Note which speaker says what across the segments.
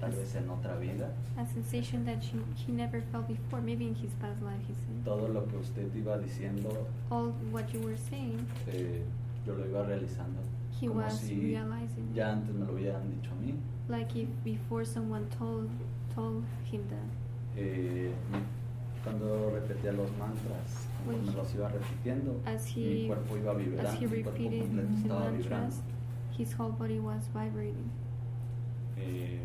Speaker 1: tal vez en otra vida,
Speaker 2: a sensation that she, he never felt before, maybe in his past life, he said.
Speaker 1: todo lo que usted iba diciendo,
Speaker 2: All what you were saying,
Speaker 1: eh, yo lo iba realizando.
Speaker 2: he
Speaker 1: Como
Speaker 2: was
Speaker 1: si
Speaker 2: realizing.
Speaker 1: ya antes me lo hubieran dicho a mí.
Speaker 2: Like if before someone told, told him that.
Speaker 1: Eh, cuando repetía los mantras, cuando
Speaker 2: When
Speaker 1: me
Speaker 2: he-
Speaker 1: los iba repitiendo,
Speaker 2: as
Speaker 1: mi
Speaker 2: he-
Speaker 1: cuerpo iba vibrando,
Speaker 2: As he
Speaker 1: mi cuerpo
Speaker 2: repeated
Speaker 1: completo
Speaker 2: the
Speaker 1: estaba
Speaker 2: mantras,
Speaker 1: vibrando.
Speaker 2: his whole body was vibrating.
Speaker 1: Eh,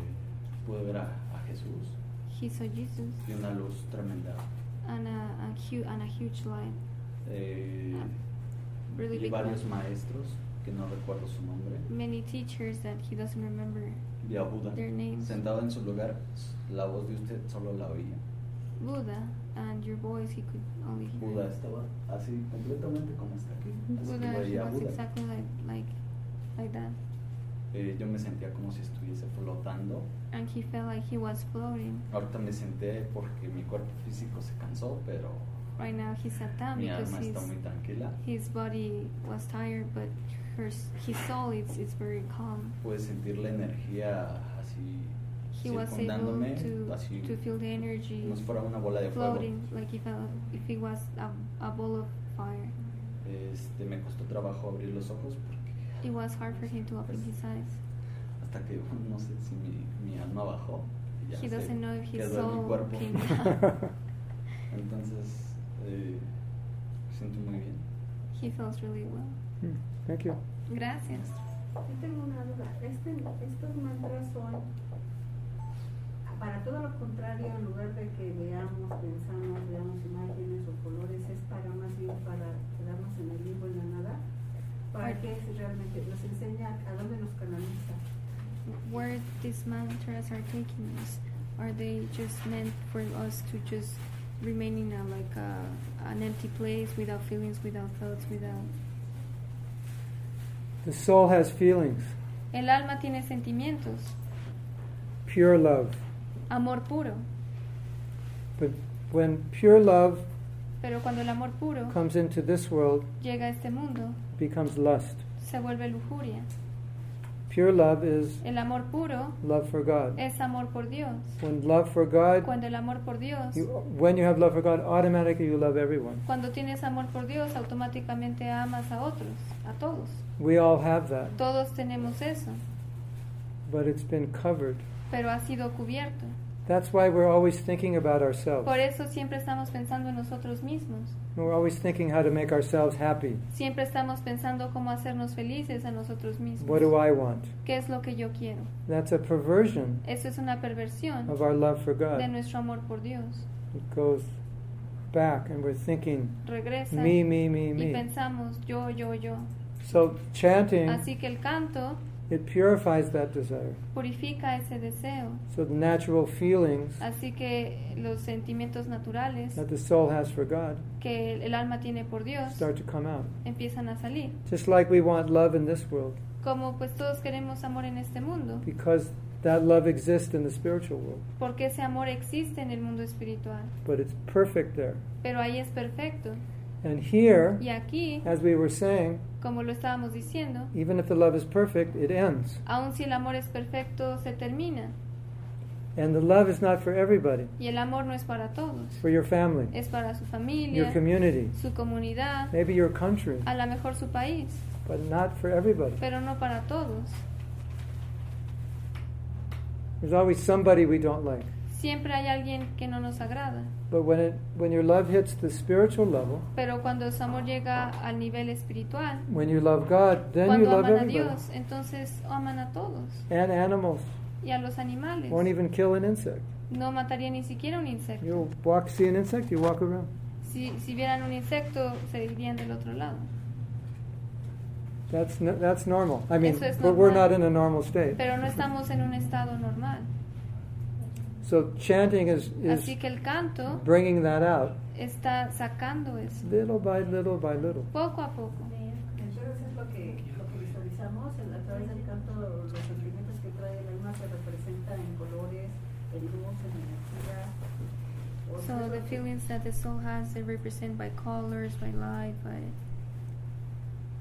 Speaker 1: pude ver a, a Jesús
Speaker 2: He saw Jesus
Speaker 1: y una luz tremenda.
Speaker 2: and a, a huge and a huge light.
Speaker 1: Eh,
Speaker 2: Really
Speaker 1: vi
Speaker 2: big
Speaker 1: varios
Speaker 2: light.
Speaker 1: maestros, que no recuerdo su nombre,
Speaker 2: Many teachers that he doesn't remember.
Speaker 1: vi a Buda,
Speaker 2: Their names.
Speaker 1: sentado en su lugar, la voz de usted solo la oía.
Speaker 2: Buddha and your voice, he could only hear.
Speaker 1: Buda estaba así completamente como está aquí. Así que
Speaker 2: Buddha, he
Speaker 1: veía a
Speaker 2: was
Speaker 1: Buda.
Speaker 2: exactly like like like that,
Speaker 1: Eh, yo me sentía como si estuviese flotando.
Speaker 2: and he felt like he was floating.
Speaker 1: Ahorita me senté porque mi cuerpo físico se cansó, pero
Speaker 2: Right now, he sat down
Speaker 1: mi
Speaker 2: because
Speaker 1: alma
Speaker 2: his
Speaker 1: está muy tranquila.
Speaker 2: his body was tired, but her s- his soul is is very calm.
Speaker 1: Pude sentir la energía así
Speaker 2: He was able
Speaker 1: circundándome,
Speaker 2: to
Speaker 1: así
Speaker 2: to feel the energy
Speaker 1: como si fuera una bola de fuego.
Speaker 2: floating, like if a, if it was a, a ball of fire.
Speaker 1: Este, me costó trabajo abrir los ojos porque
Speaker 2: It was hard for him to open his eyes.
Speaker 1: hasta que no sé si mi, mi alma bajó. y ya
Speaker 2: He
Speaker 1: se
Speaker 2: doesn't know if his
Speaker 1: quedó en mi
Speaker 2: soul
Speaker 1: cuerpo.
Speaker 2: came down.
Speaker 1: Entonces, eh, me siento muy bien.
Speaker 2: He feels really well.
Speaker 3: Hmm, Thank you.
Speaker 2: Gracias.
Speaker 4: Yo tengo una duda. Este- estos mantras son para todo lo contrario, en lugar de que veamos, pensamos, veamos imágenes o colores, es para más bien para quedarnos en el limbo en la nada. ¿Para qué es realmente? Nos enseña a dónde nos canaliza.
Speaker 2: Where these mantras are taking us, are they just meant for us to just remain in a, like a, an empty place without feelings, without thoughts, without?
Speaker 3: The soul has feelings,
Speaker 2: El alma tiene sentimientos,
Speaker 3: pure love.
Speaker 2: amor puro,
Speaker 3: But when pure love
Speaker 2: pero cuando el amor puro
Speaker 3: comes into this world,
Speaker 2: llega a este mundo,
Speaker 3: it becomes lust.
Speaker 2: se vuelve lujuria.
Speaker 3: Pure love is
Speaker 2: El amor puro
Speaker 3: love for God.
Speaker 2: es amor por Dios.
Speaker 3: When love for God,
Speaker 2: Cuando el amor por Dios,
Speaker 3: you, when you have love for God, automatically you love everyone.
Speaker 2: cuando tienes amor por Dios, automáticamente amas a otros, a todos.
Speaker 3: We all have that,
Speaker 2: Todos tenemos eso,
Speaker 3: but it's been covered.
Speaker 2: pero ha sido cubierto.
Speaker 3: That's why we're always thinking about ourselves.
Speaker 2: Por eso siempre estamos pensando en nosotros mismos.
Speaker 3: We're always thinking how to make ourselves happy.
Speaker 2: Siempre estamos pensando cómo hacernos felices a nosotros
Speaker 3: What do
Speaker 2: mismos.
Speaker 3: I want?
Speaker 2: ¿Qué es lo que yo quiero?
Speaker 3: That's a perversion
Speaker 2: Eso es una perversión
Speaker 3: of our love for
Speaker 2: de
Speaker 3: God.
Speaker 2: nuestro amor por Dios.
Speaker 3: It goes back and we're thinking
Speaker 2: Regresa
Speaker 3: me, me, me,
Speaker 2: y
Speaker 3: me.
Speaker 2: pensamos yo, yo, yo.
Speaker 3: So chanting,
Speaker 2: Así que el canto
Speaker 3: it purifies that desire.
Speaker 2: purifica ese deseo.
Speaker 3: So the natural feelings
Speaker 2: Así que los sentimientos naturales
Speaker 3: that the soul has for God
Speaker 2: que el alma tiene por Dios
Speaker 3: start to come out.
Speaker 2: empiezan a salir.
Speaker 3: Just like we want love in this world,
Speaker 2: Como pues todos queremos amor en este mundo,
Speaker 3: because that love exists in the spiritual world,
Speaker 2: porque ese amor existe en el mundo espiritual,
Speaker 3: but it's perfect there.
Speaker 2: pero ahí es perfecto.
Speaker 3: And here,
Speaker 2: Y aquí,
Speaker 3: as we were saying,
Speaker 2: como lo estábamos diciendo,
Speaker 3: even if the love is perfect, it ends.
Speaker 2: aun si el amor es perfecto, se termina.
Speaker 3: And the love is not for everybody,
Speaker 2: Y el amor no es para todos,
Speaker 3: it's for your family,
Speaker 2: es para su
Speaker 3: your
Speaker 2: familia,
Speaker 3: community,
Speaker 2: su comunidad,
Speaker 3: maybe your country,
Speaker 2: a lo mejor su país,
Speaker 3: but not for everybody.
Speaker 2: pero no para todos.
Speaker 3: There's always somebody we don't like.
Speaker 2: Siempre hay alguien que no nos agrada,
Speaker 3: But when, it, when your love hits the spiritual level,
Speaker 2: pero cuando su amor llega al nivel espiritual,
Speaker 3: when you love God, then you
Speaker 2: cuando
Speaker 3: love
Speaker 2: aman a
Speaker 3: everybody.
Speaker 2: Dios, entonces aman a todos
Speaker 3: And animals
Speaker 2: y a los animales.
Speaker 3: Eh. won't even kill an insect.
Speaker 2: No mataría ni siquiera un insecto.
Speaker 3: You walk, see an insect, you walk around.
Speaker 2: Si, si vieran un insecto, se irían del otro lado.
Speaker 3: That's n that's normal. I mean,
Speaker 2: Eso es
Speaker 3: but we're
Speaker 2: normal.
Speaker 3: not in a normal state.
Speaker 2: Pero no estamos en un estado normal.
Speaker 3: So chanting is is
Speaker 2: Así que el canto
Speaker 3: bringing that out
Speaker 2: está sacando eso,
Speaker 3: little by little by little.
Speaker 2: poco a poco.
Speaker 4: Entonces es lo que, lo que visualizamos en- a través del canto, los sentimientos que trae el alma se representa en colores, en luz, en energía. O sea,
Speaker 2: So
Speaker 4: es
Speaker 2: the
Speaker 4: lo que-
Speaker 2: feelings that the soul has, they represent by colors, by light, by...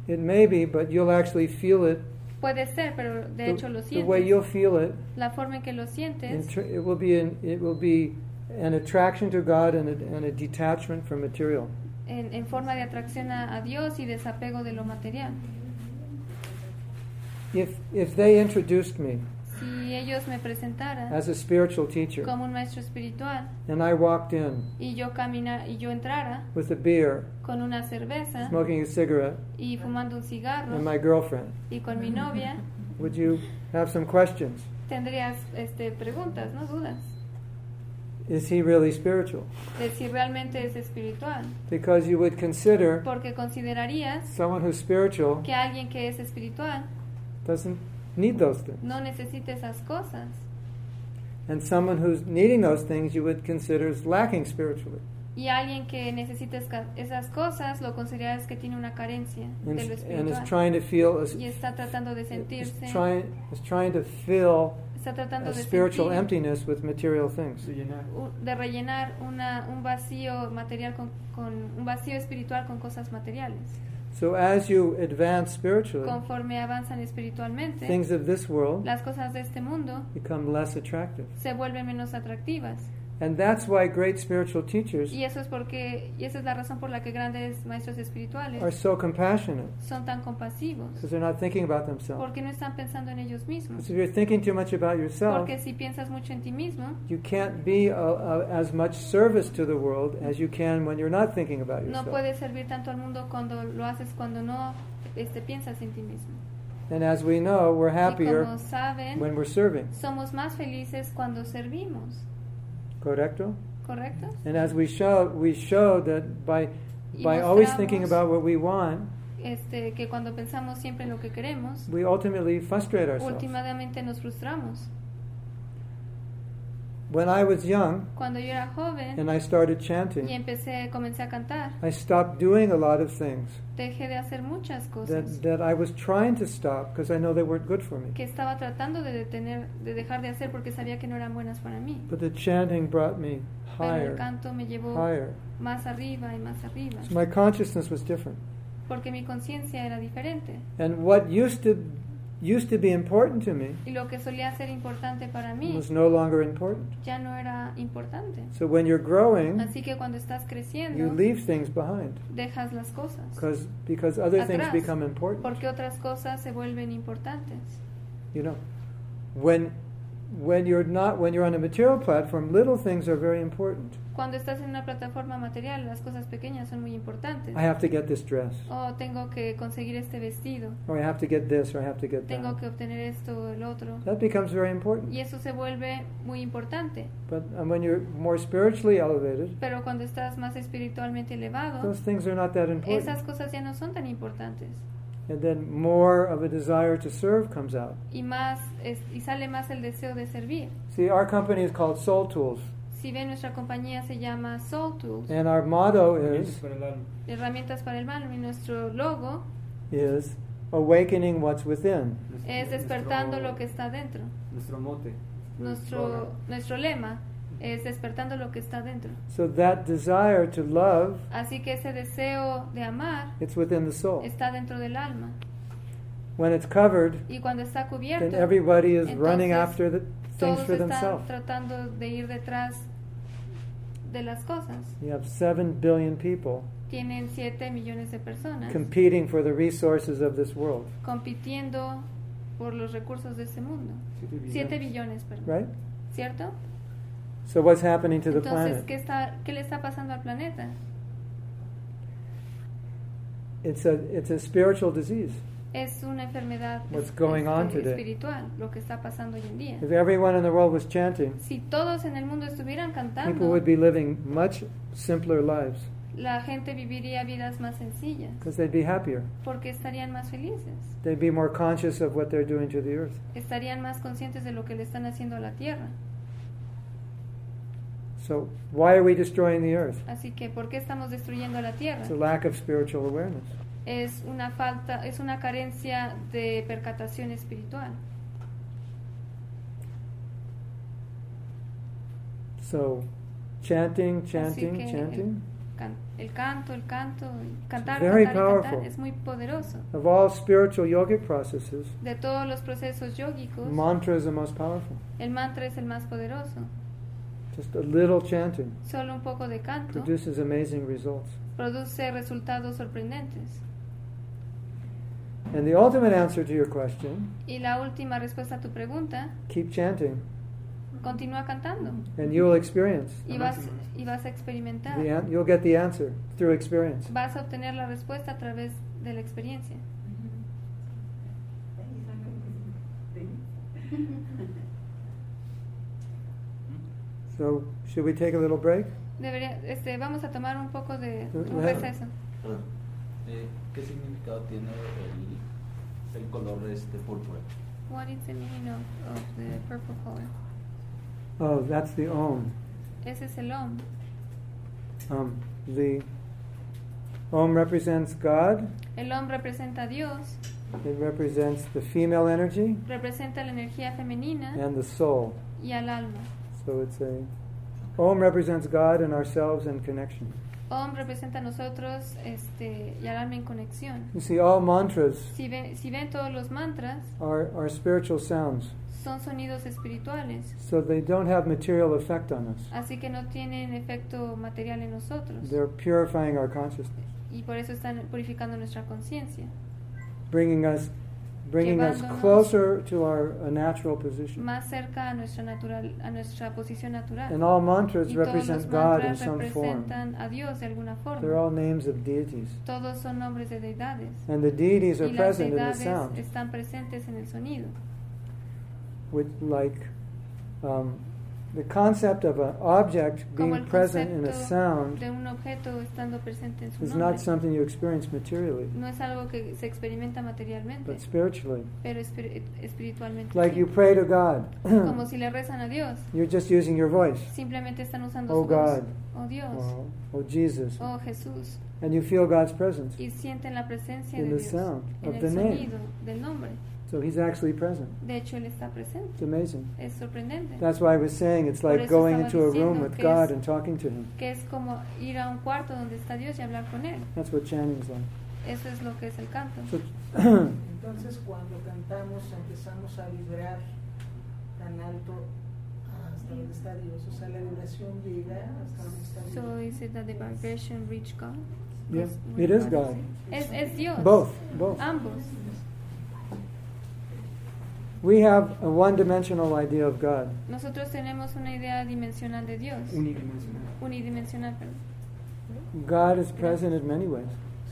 Speaker 3: It may be, but you'll actually feel it
Speaker 2: Puede ser, pero de
Speaker 3: The-
Speaker 2: hecho lo
Speaker 3: the way
Speaker 2: sientes.
Speaker 3: you'll feel it,
Speaker 2: La forma en que lo sientes
Speaker 3: intr- it will be an, it will be an attraction to God and a, and a detachment from material.
Speaker 2: en, en forma de atracción a, a Dios y desapego de lo material.
Speaker 3: If if they introduced me
Speaker 2: Si ellos me presentaran
Speaker 3: as a spiritual teacher
Speaker 2: como un maestro espiritual
Speaker 3: and I walked in
Speaker 2: y yo camina y yo entrara
Speaker 3: with a beer,
Speaker 2: con una cerveza
Speaker 3: smoking a cigarette,
Speaker 2: y fumando un cigarro
Speaker 3: and my girlfriend,
Speaker 2: y con mi novia,
Speaker 3: would you have some questions?
Speaker 2: tendrías este, preguntas, no dudas,
Speaker 3: Is he really spiritual?
Speaker 2: de si realmente es espiritual,
Speaker 3: Because you would consider
Speaker 2: porque considerarías
Speaker 3: someone who's spiritual
Speaker 2: que alguien que es espiritual
Speaker 3: doesn't need those things.
Speaker 2: no necesita esas cosas.
Speaker 3: And someone who's needing those things you would consider is lacking spiritually.
Speaker 2: Y alguien que necesita esca- esas cosas lo consideras que tiene una carencia
Speaker 3: And,
Speaker 2: de lo
Speaker 3: and is
Speaker 2: espiritual.
Speaker 3: trying to feel is,
Speaker 2: Y está tratando de
Speaker 3: is
Speaker 2: sentirse,
Speaker 3: trying is trying to fill
Speaker 2: está tratando
Speaker 3: a
Speaker 2: de
Speaker 3: spiritual
Speaker 2: sentir-
Speaker 3: emptiness with material things.
Speaker 1: Se llena.
Speaker 2: u- de rellenar una, un vacío material con, con un vacío espiritual con cosas materiales.
Speaker 3: So as you advance spiritually,
Speaker 2: Conforme avanzan espiritualmente,
Speaker 3: things of this world
Speaker 2: las cosas de este mundo
Speaker 3: become less attractive.
Speaker 2: se vuelven menos atractivas.
Speaker 3: And that's why great spiritual teachers
Speaker 2: Y eso es porque y esa es la razón por la que grandes maestros espirituales
Speaker 3: are so compassionate
Speaker 2: son tan compasivos,
Speaker 3: because they're not thinking about themselves.
Speaker 2: porque no están pensando en ellos mismos.
Speaker 3: Because if you're thinking too much about yourself,
Speaker 2: Porque si piensas mucho en ti mismo,
Speaker 3: you can't be uh uh as much service to the world as you can when you're not thinking about
Speaker 2: no
Speaker 3: yourself.
Speaker 2: puedes servir tanto al mundo cuando lo haces cuando no este, piensas en ti mismo.
Speaker 3: And as we know, we're
Speaker 2: Y como
Speaker 3: happier
Speaker 2: saben,
Speaker 3: when we're serving.
Speaker 2: somos más felices cuando servimos,
Speaker 3: Correcto?
Speaker 2: ¿correcto?
Speaker 3: And as we show, we show that by,
Speaker 2: Y
Speaker 3: by always thinking
Speaker 2: mostramos-
Speaker 3: about what we want,
Speaker 2: Este, que cuando pensamos siempre en lo que queremos,
Speaker 3: we ultimately frustrate ourselves.
Speaker 2: últimamente nos frustramos.
Speaker 3: When I was young
Speaker 2: Cuando yo era joven
Speaker 3: and I started
Speaker 2: y
Speaker 3: chanting,
Speaker 2: empecé, comencé a cantar,
Speaker 3: I stopped doing a lot of things
Speaker 2: dejé de hacer muchas cosas
Speaker 3: that, that I was trying to stop because I know they weren't good for me.
Speaker 2: que estaba tratando de detener, de dejar de hacer porque sabía que no eran buenas para mí.
Speaker 3: But the chanting brought me
Speaker 2: Pero el
Speaker 3: higher,
Speaker 2: canto me llevó
Speaker 3: higher.
Speaker 2: más arriba y más arriba,
Speaker 3: So my consciousness was different.
Speaker 2: porque mi conciencia era diferente
Speaker 3: And what used to used to be important to me
Speaker 2: y lo que solía ser importante para mí
Speaker 3: was no longer important.
Speaker 2: ya no era importante.
Speaker 3: So when you're growing,
Speaker 2: Así que cuando estás
Speaker 3: you
Speaker 2: creciendo,
Speaker 3: leave things behind
Speaker 2: dejas las cosas.
Speaker 3: because because other things
Speaker 2: Atrás.
Speaker 3: become important.
Speaker 2: porque otras cosas se vuelven importantes.
Speaker 3: You know, when when you're not when you're on a material platform, little things are very important.
Speaker 2: Cuando estás en una plataforma material, las cosas pequeñas son muy importantes.
Speaker 3: I have to get this dress,
Speaker 2: Oh, tengo que conseguir este vestido,
Speaker 3: or I have to get this, or I have to get
Speaker 2: tengo que
Speaker 3: that.
Speaker 2: obtener esto o el otro.
Speaker 3: That becomes very
Speaker 2: Y
Speaker 3: important.
Speaker 2: eso se vuelve muy importante.
Speaker 3: But um, when you're more spiritually elevated,
Speaker 2: Pero cuando estás más espiritualmente elevado,
Speaker 3: those things are not that important.
Speaker 2: Uh-huh. esas cosas ya no son tan importantes.
Speaker 3: And then more of a desire to serve comes out.
Speaker 2: Y, más, es- y sale más el deseo de servir.
Speaker 3: See, our company is called Soul Tools,
Speaker 2: Si ven, nuestra compañía se llama Soul Tools,
Speaker 3: and our motto
Speaker 1: Mientes
Speaker 3: is
Speaker 1: para el alma.
Speaker 2: herramientas para el mal. Y nuestro logo
Speaker 3: is awakening what's within.
Speaker 1: Nuestro-
Speaker 2: es despertando
Speaker 1: nuestro-
Speaker 2: lo que está dentro.
Speaker 1: Nuestro mote.
Speaker 2: Nuestro, nuestro lema es despertando lo que está dentro.
Speaker 3: So that desire to love,
Speaker 2: Así que ese deseo de amar
Speaker 3: it's within the soul.
Speaker 2: está dentro del alma.
Speaker 3: When it's covered,
Speaker 2: Y cuando está
Speaker 3: then
Speaker 2: cubierto,
Speaker 3: everybody is running
Speaker 2: Entonces,
Speaker 3: after the things
Speaker 2: todos
Speaker 3: for
Speaker 2: están
Speaker 3: themselves.
Speaker 2: tratando de ir detrás de las cosas.
Speaker 3: You have seven billion people
Speaker 2: Tienen 7 millones de personas
Speaker 3: competing for the resources of this world,
Speaker 2: compitiendo por los recursos de este mundo. 7 billones, perdón.
Speaker 3: right?
Speaker 2: ¿Cierto?
Speaker 3: So what's happening to the
Speaker 2: Entonces, ¿qué,
Speaker 3: planet?
Speaker 2: está, ¿qué le está pasando al planeta?
Speaker 3: It's a it's a spiritual disease.
Speaker 2: Es una enfermedad
Speaker 3: What's going on
Speaker 2: este,
Speaker 3: today?
Speaker 2: espiritual, lo que está pasando hoy en día.
Speaker 3: If everyone in the world was chanting,
Speaker 2: Si todos en el mundo estuvieran
Speaker 3: people
Speaker 2: cantando,
Speaker 3: would be living much simpler lives
Speaker 2: la gente viviría vidas más sencillas,
Speaker 3: because they'd be happier.
Speaker 2: porque estarían más felices,
Speaker 3: They'd be more conscious of what they're doing to the earth.
Speaker 2: estarían más conscientes de lo que le están haciendo a la tierra.
Speaker 3: So why are we destroying the earth?
Speaker 2: Así que, ¿por qué estamos destruyendo a la tierra?
Speaker 3: It's a lack of spiritual awareness.
Speaker 2: Es una falta, es una carencia de percatación espiritual.
Speaker 3: So chanting,
Speaker 2: Así
Speaker 3: chanting,
Speaker 2: que
Speaker 3: chanting.
Speaker 2: can- el canto, el canto, y cantar,
Speaker 3: very
Speaker 2: cantar, y cantar
Speaker 3: powerful.
Speaker 2: es muy poderoso.
Speaker 3: Of all spiritual yogic processes,
Speaker 2: De todos los procesos yógicos,
Speaker 3: mantra is the most powerful.
Speaker 2: el mantra es el más poderoso.
Speaker 3: Just a little chanting
Speaker 2: Solo un poco de canto
Speaker 3: produces amazing results.
Speaker 2: produce resultados sorprendentes.
Speaker 3: And the ultimate answer to your question
Speaker 2: Y la última respuesta a tu pregunta,
Speaker 3: keep chanting,
Speaker 2: continúa cantando
Speaker 3: and you will experience.
Speaker 2: y vas, y vas a experimentar.
Speaker 3: The an- you'll get the answer through experience.
Speaker 2: Vas a obtener la respuesta a través de la experiencia.
Speaker 1: Mm.
Speaker 3: So, should we take a little break?
Speaker 2: Debería, este, vamos a tomar un poco de
Speaker 3: Uh,
Speaker 2: un
Speaker 3: uh,
Speaker 2: receso.
Speaker 1: Eh, ¿Qué significado tiene el, el color este púrpura?
Speaker 2: What is the meaning of, of the purple color?
Speaker 3: Oh, that's the Om.
Speaker 2: Ese es el Om.
Speaker 3: Um, the Om represents God.
Speaker 2: El Om representa a Dios,
Speaker 3: It represents the female energy
Speaker 2: representa la energía femenina
Speaker 3: and the soul.
Speaker 2: y al alma.
Speaker 3: So it's a Om represents God and ourselves and connection.
Speaker 2: Om representa a nosotros este, y al alma en conexión.
Speaker 3: You see, all mantras
Speaker 2: Si, ven- si ven todos los mantras,
Speaker 3: are, are spiritual sounds,
Speaker 2: son sonidos espirituales,
Speaker 3: so they don't have material effect on us.
Speaker 2: así que no tienen efecto material en nosotros
Speaker 3: They're purifying our consciousness,
Speaker 2: y por eso están purificando nuestra conciencia,
Speaker 3: bringing us, bringing us
Speaker 2: Llevándonos-
Speaker 3: closer to our uh, natural position.
Speaker 2: más cerca a nuestra, natural, a nuestra posición natural.
Speaker 3: And all mantras
Speaker 2: Y todos los
Speaker 3: represent God in
Speaker 2: mantras
Speaker 3: some form.
Speaker 2: representan a Dios de alguna
Speaker 3: They're
Speaker 2: forma.
Speaker 3: all names of deities.
Speaker 2: Todos son nombres de deidades.
Speaker 3: And the deities are
Speaker 2: y las
Speaker 3: present in the
Speaker 2: deidades
Speaker 3: sound,
Speaker 2: están presentes en el sonido.
Speaker 3: which, like um, the concept of an object
Speaker 2: Como
Speaker 3: being
Speaker 2: el
Speaker 3: present in a
Speaker 2: concepto
Speaker 3: sound
Speaker 2: de un objeto estando presente en su
Speaker 3: is
Speaker 2: nombre.
Speaker 3: not something you experience materially,
Speaker 2: no es algo que se experimenta materialmente,
Speaker 3: but spiritually.
Speaker 2: pero espir- espiritualmente.
Speaker 3: Like
Speaker 2: sí.
Speaker 3: you pray to God,
Speaker 2: Como si le rezan a Dios.
Speaker 3: you're just using your voice.
Speaker 2: Simplemente están usando
Speaker 3: Oh
Speaker 2: su voz.
Speaker 3: God.
Speaker 2: Oh Dios.
Speaker 3: Oh, oh Jesus.
Speaker 2: Oh Jesús.
Speaker 3: And you feel God's presence.
Speaker 2: Y sienten la presencia
Speaker 3: In
Speaker 2: de
Speaker 3: the
Speaker 2: Dios
Speaker 3: sound
Speaker 2: en
Speaker 3: of
Speaker 2: el
Speaker 3: the name.
Speaker 2: sonido del nombre.
Speaker 3: So He's actually present.
Speaker 2: De hecho, Él está presente.
Speaker 3: It's amazing.
Speaker 2: Es sorprendente.
Speaker 3: That's why I was saying it's
Speaker 2: Por
Speaker 3: like
Speaker 2: eso
Speaker 3: going
Speaker 2: estaba
Speaker 3: into a room
Speaker 2: diciendo
Speaker 3: with
Speaker 2: que
Speaker 3: God
Speaker 2: es-
Speaker 3: and talking to Him.
Speaker 2: que es como ir a un cuarto donde está Dios y hablar con Él.
Speaker 3: That's what chanting's like.
Speaker 2: Eso es lo que es el canto.
Speaker 3: So,
Speaker 5: Entonces cuando cantamos empezamos a vibrar tan alto hasta donde está Dios. O sea, la vibración llega hasta donde está Dios.
Speaker 2: So is it that the vibration reach God?
Speaker 3: yeah,
Speaker 2: Yes,
Speaker 3: it is God.
Speaker 2: Es, es Dios.
Speaker 3: Both, both.
Speaker 2: Ambos.
Speaker 3: We have a one-dimensional idea of God.
Speaker 2: Nosotros tenemos una idea dimensional de Dios.
Speaker 6: unidimensional.
Speaker 2: Unidimensional, perdón.
Speaker 3: God is present in many ways.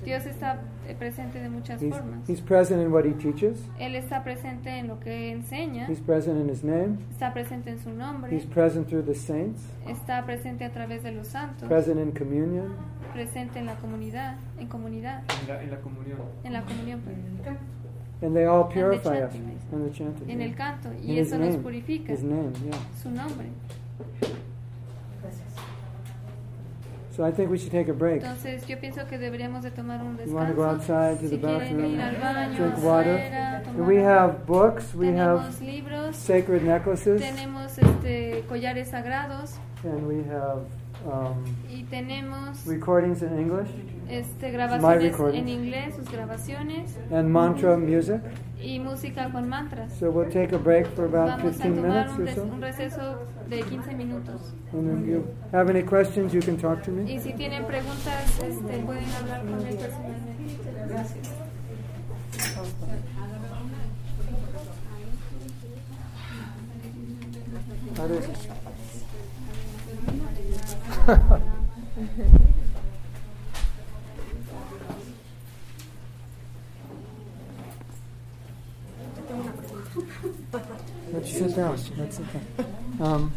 Speaker 2: Dios está eh, presente de muchas
Speaker 3: He's,
Speaker 2: formas.
Speaker 3: he's present in what He teaches.
Speaker 2: Él está presente en lo que enseña,
Speaker 3: He's present in His name.
Speaker 2: está presente en su nombre,
Speaker 3: He's present through the saints.
Speaker 2: está presente a través de los santos,
Speaker 3: Present in communion.
Speaker 2: presente en la comunidad, en comunidad,
Speaker 6: En la, en la comunión.
Speaker 2: en la comunión, pues,
Speaker 5: En
Speaker 2: perdón,
Speaker 5: el canto.
Speaker 3: And they all
Speaker 2: the
Speaker 3: purify us
Speaker 2: chanting, I
Speaker 3: in the chanting.
Speaker 2: en
Speaker 3: yeah.
Speaker 2: el canto,
Speaker 3: In
Speaker 2: y
Speaker 3: his
Speaker 2: eso nos
Speaker 3: name.
Speaker 2: purifica,
Speaker 3: His name, yeah.
Speaker 2: su nombre.
Speaker 5: Gracias.
Speaker 3: So I think we should take a break.
Speaker 2: Entonces yo pienso que deberíamos de tomar un
Speaker 3: You want to go
Speaker 2: descanso.
Speaker 3: outside to the
Speaker 2: Si quieren ir al
Speaker 3: bathroom,
Speaker 2: baño,
Speaker 3: drink water.
Speaker 2: afuera, tomar
Speaker 3: we
Speaker 2: agua.
Speaker 3: have books, we
Speaker 2: tenemos
Speaker 3: have
Speaker 2: libros,
Speaker 3: sacred necklaces,
Speaker 2: tenemos este, collares sagrados
Speaker 3: and we have um,
Speaker 2: y tenemos
Speaker 3: recordings in English
Speaker 2: este, grabaciones
Speaker 3: recording.
Speaker 2: en inglés, sus grabaciones
Speaker 3: and mantra music.
Speaker 2: y música con mantras.
Speaker 3: So we'll take a break for about
Speaker 2: Vamos a
Speaker 3: 15
Speaker 2: tomar
Speaker 3: minutes
Speaker 2: un,
Speaker 3: or
Speaker 2: res- un
Speaker 3: so.
Speaker 2: receso de 15 minutos.
Speaker 3: And if you have any questions, you can talk to me.
Speaker 2: Y si tienen preguntas, este, pueden hablar con él personalmente. Gracias.
Speaker 3: Others? Let's sit down. Let's sit down. Um,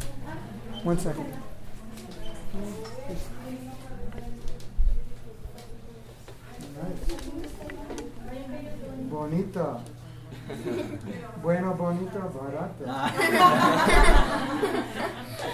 Speaker 3: one second. Um, Bonita. Bueno, bonita, barata.
Speaker 1: Eh,